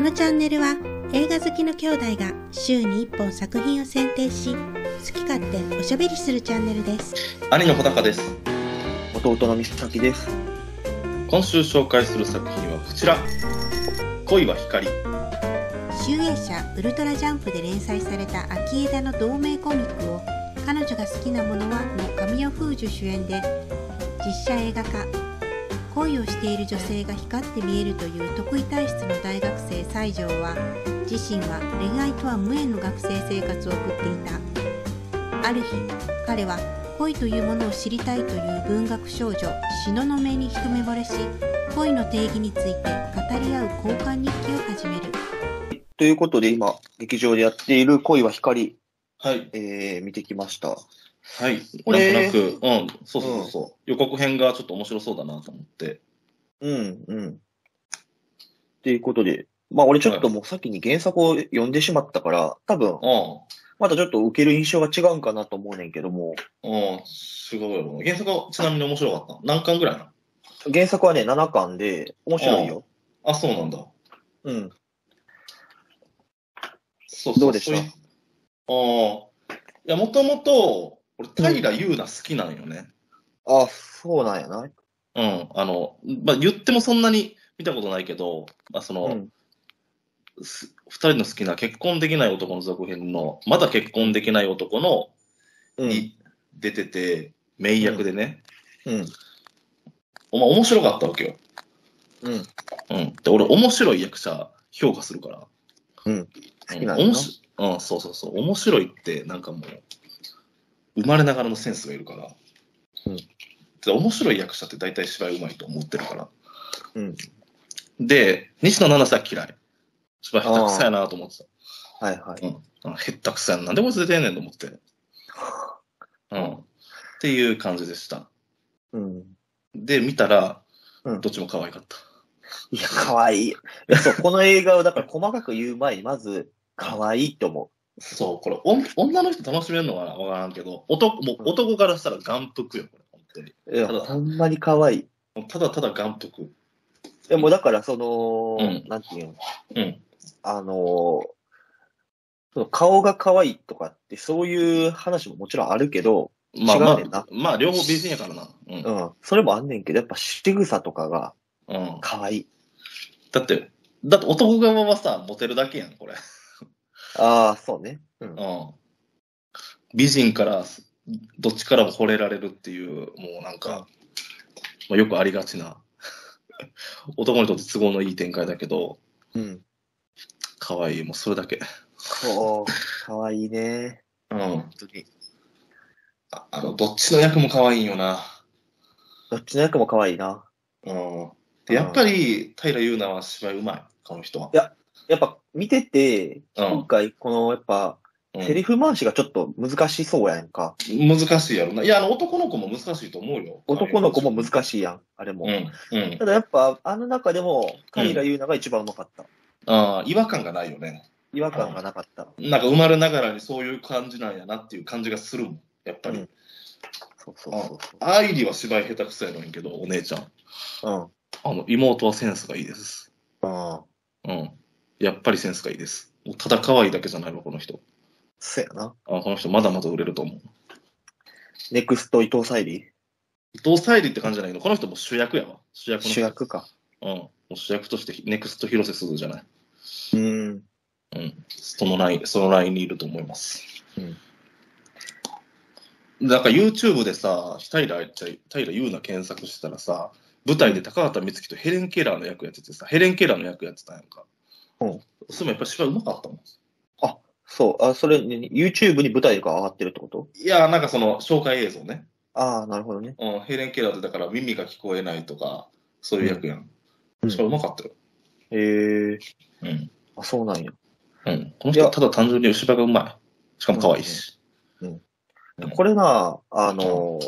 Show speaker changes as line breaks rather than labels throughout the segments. のチャンネルは映画好きの兄弟が週に1本作品を選定し好き勝手おしゃべりするチャンネルです
兄の穂高です
弟の美咲です。
今週紹介する作品はこちら恋は光
集英社ウルトラジャンプで連載された秋枝の同名コミックを彼女が好きなものはの神尾楓珠主演で実写映画化恋をしている女性が光って見えるという得意体質の大学生西条は自身は恋愛とは無縁の学生生活を送っていたある日彼は恋というものを知りたいという文学少女東雲に一目惚れし恋の定義について語り合う交換日記を始める
ということで、今、劇場でやっている恋は光、
はい
えー、見てきました。
はい
これ
なんとなくうんそうそうそうそう、予告編がちょっと面白そうだなと思って
うん、うん。ということで、まあ、俺ちょっともう先に原作を読んでしまったから、多分、
う
またちょっと受ける印象が違うんかなと思うねんけども、
んうんすごいよ原作はちなみに面白かった何巻ぐらいなの
原作はね、7巻で、面白いよ。
あそうなんだ
うん。
そうそう
どうでした
そいああいやもともと俺平優奈好きなんよね
あ、そうなんやな。
うん、あのまあ言ってもそんなに見たことないけど、まあ、その、
うん。
す二人の好きな結婚できない男の続編の、まだ結婚できない男の、
うん。
に出てて、名役でね、
うん。
お前面白かったわけよ。
うん。
うん。で、俺面白い役者評価するから。
うん。
好
きなんだな
うん、面白うん、そうそうそう。面白いって、なんかもう、生まれながらのセンスがいるから。
うん
で面白い役者って大体芝居うまいと思ってるから。
うん。
で、西野七瀬は嫌い。芝居下手くそやなと思ってた。
はいはい。
うん、へったくさん、なんでこいつ出てんねんと思って。うん。っていう感じでした。
うん。
で、見たら、
うん
どっちも可愛かった。
いや、かわいい。いやそう、この映画をだから細かく言う前に、まず、かわいいって思
そう、これ、おん女の人楽しめるのかなわからんけど、男、もう
うん
男からしたら眼福よ、これ、本当に。
う。いや、
ただ
ほんまにかわいい。
もうただただ眼福。
でもだから、その、
うん
なんていうの、
うん。
あのーその顔が可愛いとかって、そういう話ももちろんあるけど、
まあ
違
ま
うねん
あ
な、
まあ、両方美人やからな。うん。う
うんん、それもあんねんけど、やっぱ仕草とかが可愛い。
だって、だって男側はさ、モテるだけやん、これ。
ああ、そうね。うん。
うん。美人から、どっちからも惚れられるっていう、もうなんか、まあ、よくありがちな、 男にとって都合のいい展開だけど、
うん。
可愛いもうそれだけ。
そう、可愛いね。
うん。
本当に。
ああの、どっちの役も可愛いんよな。
どっちの役も可愛いな。
うん。で、やっぱり、平優奈は芝居うまい、この人は。
やっぱ見てて、
うん
今回、この、やっぱ、
うん
セリフ回しがちょっと難しそうやんか。
難しいやろな。いや、あの、男の子も難しいと思うよ。
男の子も
しい。
難しいやん、あれも。
うん。うん
た。だやっぱ、あの中でも、カイラ優奈が一番うまかった。
ああ、違和感がないよね。
違和感がなかった。
なんか生まれながらにそういう感じなんやなっていう感じがするもん。やっぱり。
うんそうそうそう
アイリは芝居下手くそやのんけど、お姉ちゃん。
そう。
あの、妹はセンスがいいです。
うん。うん。
うん。やっぱりセンスがいいです。もうただ可愛いだけじゃないわ、この人。
そやな。
あこの人まだまだ売れると思う。
ネクスト伊藤沙莉
伊藤沙莉って感じじゃないけど、この人もう主役やわ。主役の人
主。役か。
うん。もう主役として、ネクスト広瀬すずじゃない。
うん。
うん。そのライン、そのラインにいると思います。
うん。
なんか YouTube でさ、平良平優奈検索したらさ、舞台で高畑充希とヘレン・ケラーの役やっててさ、ヘレン・ケラーの役やってたやんか。
うん。
それもやっぱ芝居うまかったもん。
そう。あ、それ、ね YouTube に舞台が上がってるってこと
いやー、なんかその紹介映像ね。
ああ、なるほどね。
うん、ヘレン・ケラーってだから耳が聞こえないとか、そういう役やん。
うん
芝居うまかったよ。
へえ。
うん。
あ、そうなんや。
うん。この
い
人
や
ただ単純に芝居がうまい。しかも可愛いし。うん
これな、あの、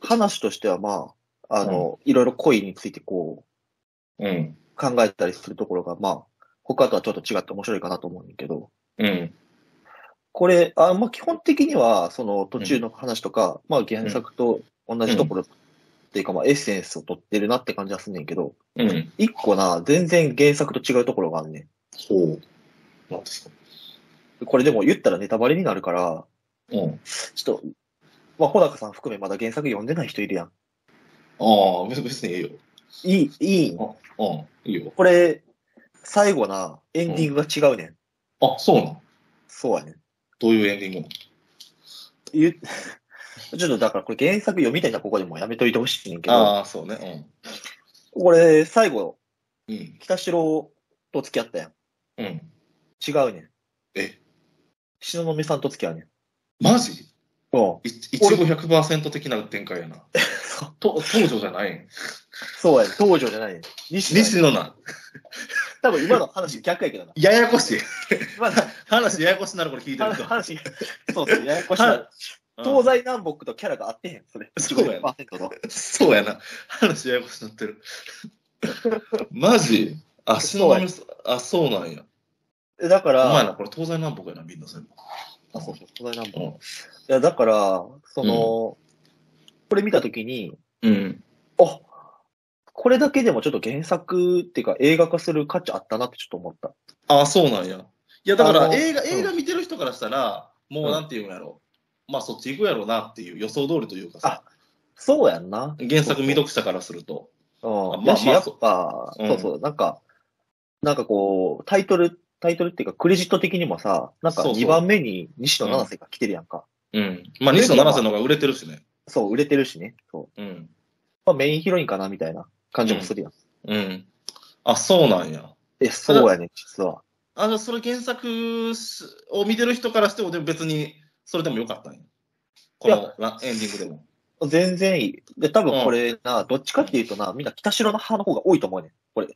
話としてはまあ、あの、いろいろ恋についてこう、
うん。
考えたりするところが、まあ、他とはちょっと違って面白いかなと思うんだけど、
うん。
これ、あまあ、基本的には、その途中の話とか、まあ、原作と同じところっていうか、まあ、エッセンスを取ってるなって感じはすんねんけど、
うん。
一個な、全然原作と違うところがあんね
ほう。なんですか。
ん。これでも言ったらネタバレになるから、
うん。
ちょっと、まあ、小高さん含めまだ原作読んでない人いるやん。
ああ、別別にいいよ。
いい、いいん
うん、いいよ。
これ、最後な、エンディングが違うねん。
あ、そうなん。
そうやねん。
どういうエンディングなの
言う ちょっとだからこれ原作読みたいなここでもうやめといてほしいねんけど、
ああ、そうね。
これ最後、
うん。うん。
北城と付き合ったやん。
うん。
違うねん。
え
東雲さんと付き合うねん。
マジ
うん。
いいちご100%的な展開やな。と東条じゃないん
そうやねん。東条じゃないねん。西野やねん
西野なん。
多分今の話逆やけどな。
ややこしい。
今の
話ややこしいなるこれ聞いてる
話、
と。
話 そうそう、ややこしいな。東西南北とキャラが合ってへん、それ。
そうやな
50%の
そうやな。話ややこしなってる。 マジあ、しのみさんあ、 そうなんや。
えだか
お前
ら、
な、これ東西南北やな、みんな全部。
あ、そうそう、東西南北。
うん
いや、だから、その、これ見たときに、
うん。
あこれだけでもちょっと原作っていうか映画化する価値あったなってちょっと思った。
あ、そうなんや。いや、だか
あ
ら
の
映画、
うん
映画見てる人からしたら、もうなんていうんやろ。まあ、そっち行くやろうなっていう予想通りというかさ、
そうやんな。
原作未読者からすると。
う
まあ
ん。やし、
まあ
やっぱ、
うん
そうそう、なんか、なんかこう、タイトル、タイトルっていうかクレジット的にもさ、なんか
そうそう
2番目に西野七瀬が来てるやんか。
うん。まあ、西野七瀬の方が売れてるしね。
そう、売れてるしね。そう。
うん。
まあメインヒロインかなみたいな感じもするやん。
うん。あ、そうなんや。
え、そうやね、実は。
あの、それ原作しを見てる人からしても、でも別に、それでもよかったんや。こ
い
のラエンディングでも。
全然いい。で、多分これな、どっちかっていうとな、みんな北城の派の方が多いと思うねん。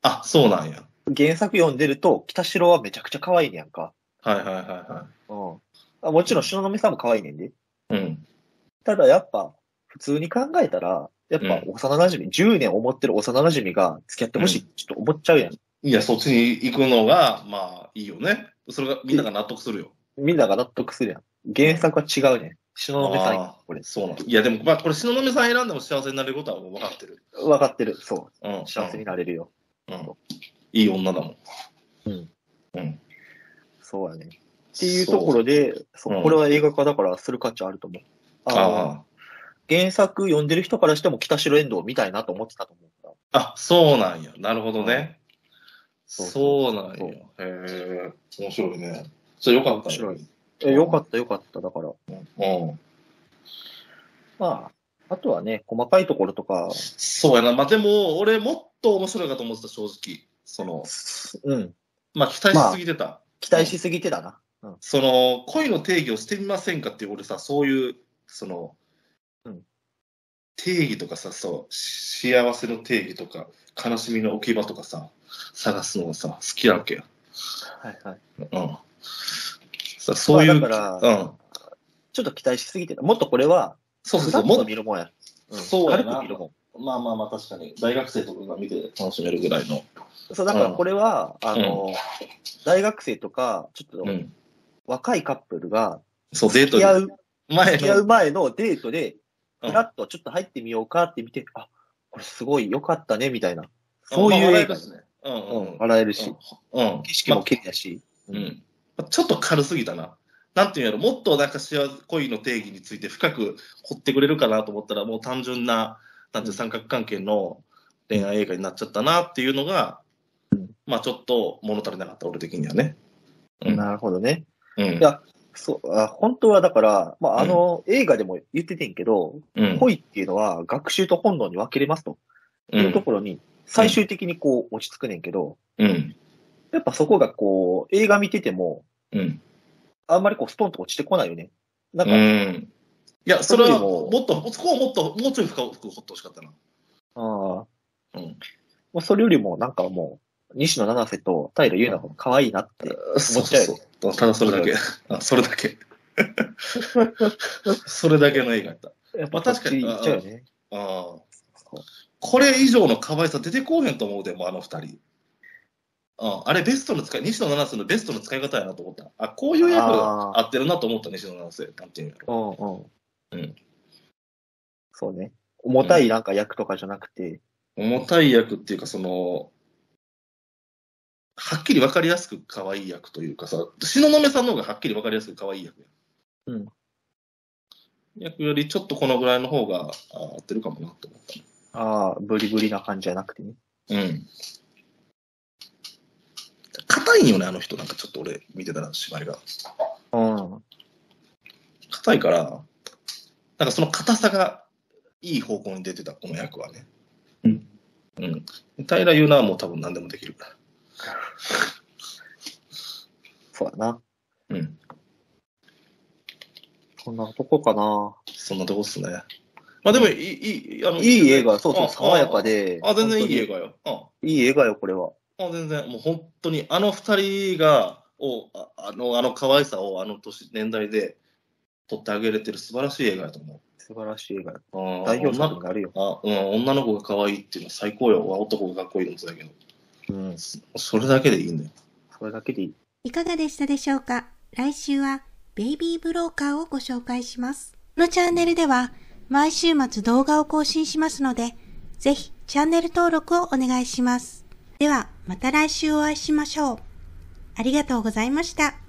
あ、そうなんや。
原作読んでると、北城はめちゃくちゃ可愛いねやんか。
はいはいは
うん。あもちろん、東雲さんも可愛いねんで。
いはい。うん。
ただやっぱ、普通に考えたら、やっぱ
う
幼馴染、み10年思ってる幼馴染が付き合ってほしいってちょっと思っちゃうやん。
いや、そっちに行くのが、まあ、いいよね。それが、みんなが納得するよ。
みんなが納得するやん。原作は違うねん。東雲さんやん
あー
これ。
そうなんいや、でも、まあ、これ、東雲さん選んでも幸せになれることはもう分かってる。
分かってる。そ
うん。
う。幸せになれるよ。
うん。いい女だもん。
そうやねん。っていうところで、そう
うん
これは映画化だからする価値あると思う。あの
あ
原作読んでる人からしても北城遠藤みたいなと思ってたと思うから。
あ。あ、そうなんや。なるほどね。
そう
そうなんや。へえ。面白いね。それよかった、
面白い。
うん
え、よかったよかった。だから。
うん。
まあ、あとはね、細かいところとか、
そうやな。まあ、でも、俺、もっと面白いかと思ってた、正直。その、
うん、
まあ、期待しすぎてた。
期待しすぎてだな。うん。
その、恋の定義をしてみませんかっていう、俺さ、そういう、その、
うん
定義とかさ、そう、し幸せの定義とか、悲しみの置き場とかさ、探すのがさ、好きなわけや。
はいはい。
うん。さそういう、
まあだか
うん。
ちょっと期待しすぎてた。もっとこれは、
そうそう
ふ
そ
ら
う、
っと
も
見るもんや。ん
そうやな
軽く見るも
まあまあまあ、確かに。大学生とかが見て楽しめるぐらいの。
ん。そう、だからこれは、あの、大学生とか、ちょっ
う
と
ん。
若いカップルが、
そう、デート
付
に
き合う、
前
付き合
の
う前のデートで、
うん
ふらっとちょっと入ってみようかって見て、あ、これすごい良かったね、みたいな。そういう
まあ
映
笑える
画
しね。うん
う
うん
ん、。笑えるし、
うんうん。
景色も綺麗だし。
うんまあちょっと軽すぎたな。なんていうんやろ、もっとなんか幸せ恋の定義について深く掘ってくれるかなと思ったら、もう単純な、なんていう三角関係の恋愛映画になっちゃったなっていうのが、まあちょっと物足りなかった、俺的にはね。うん。
なるほどね。
うん
やそう、あ本当はだから、まあ、あの、映画でも言っててんけど、
うん。
恋っていうのは学習と本能に分けれますと
う
いうと
ん。
ころに、最終的にこう落ち着くねんけど、
うん。
やっぱそこがこう、映画見てても、
うん。
あんまりこう、ストンと落ちてこないよね。なん
う
か、
ん。いや、それは
特にも
も
う
っと、そこはもっと、もうちょい深く掘ってほしかったな。
あー
うん。
まあ、それよりもなんかもう、西野七瀬と平優奈の方が可愛いなって。
そうそうそう。ただそれだけ。あそれだけ。 それだけの映画やった。
やっ
まあ確かに
こっち行っちゃうよね。
ああ
そう
これ以上の可愛さ出てこうへんと思うでもうあの二人あああれベストの使い西野七瀬のベストの使い方やなと思ったあこういう役
あー
合ってるなと思った西野七瀬なんていうんやろ
うんうん。
うん
そうね。重たいなんか役とかじゃなくて、
重たい役っていうか、その、はっきり分かりやすく可愛い役というかさ、東雲さんの方がはっきり分かりやすく可愛い役や。
うん。
役よりちょっとこのぐらいの方があ合ってるかもなって思っ
ああ、ブリブリな感じじゃなくてね。
た。うん。硬いんよね、あの人なんかちょっと俺見てたら芝居が。
うん。
硬いから、なんかその硬さがいい方向に出てた、この役はね。
うん。
うん。平優奈はもう多分何でもできるか
そうだな。
ら。うん。
そんなとこかな。
そんなとこっすね。まあでも、いい、いい、あの
いい映画、そうそ
あ
う、爽やかで。
あ、全然いい映画よ。あ
画。いい映画よ、これは。
あ、全然、もう本当に、あの二人が、をああの、あの可愛さを、あの年、年代で、撮ってあげれてる素晴らしい映画だと思う。
素晴らしい映画。
あ
代表作
女
になるよ。
あうん、女の子が可愛いっていうのは最高よ。男がかっこいいのもそうだけど。
うん。
それだけでいいんだよ。
それだけでいい。
いかがでしたでしょうか来週はベイビーブローカーをご紹介します。このチャンネルでは毎週末動画を更新しますので、ぜひチャンネル登録をお願いします。ではまた来週お会いしましょう。ありがとうございました。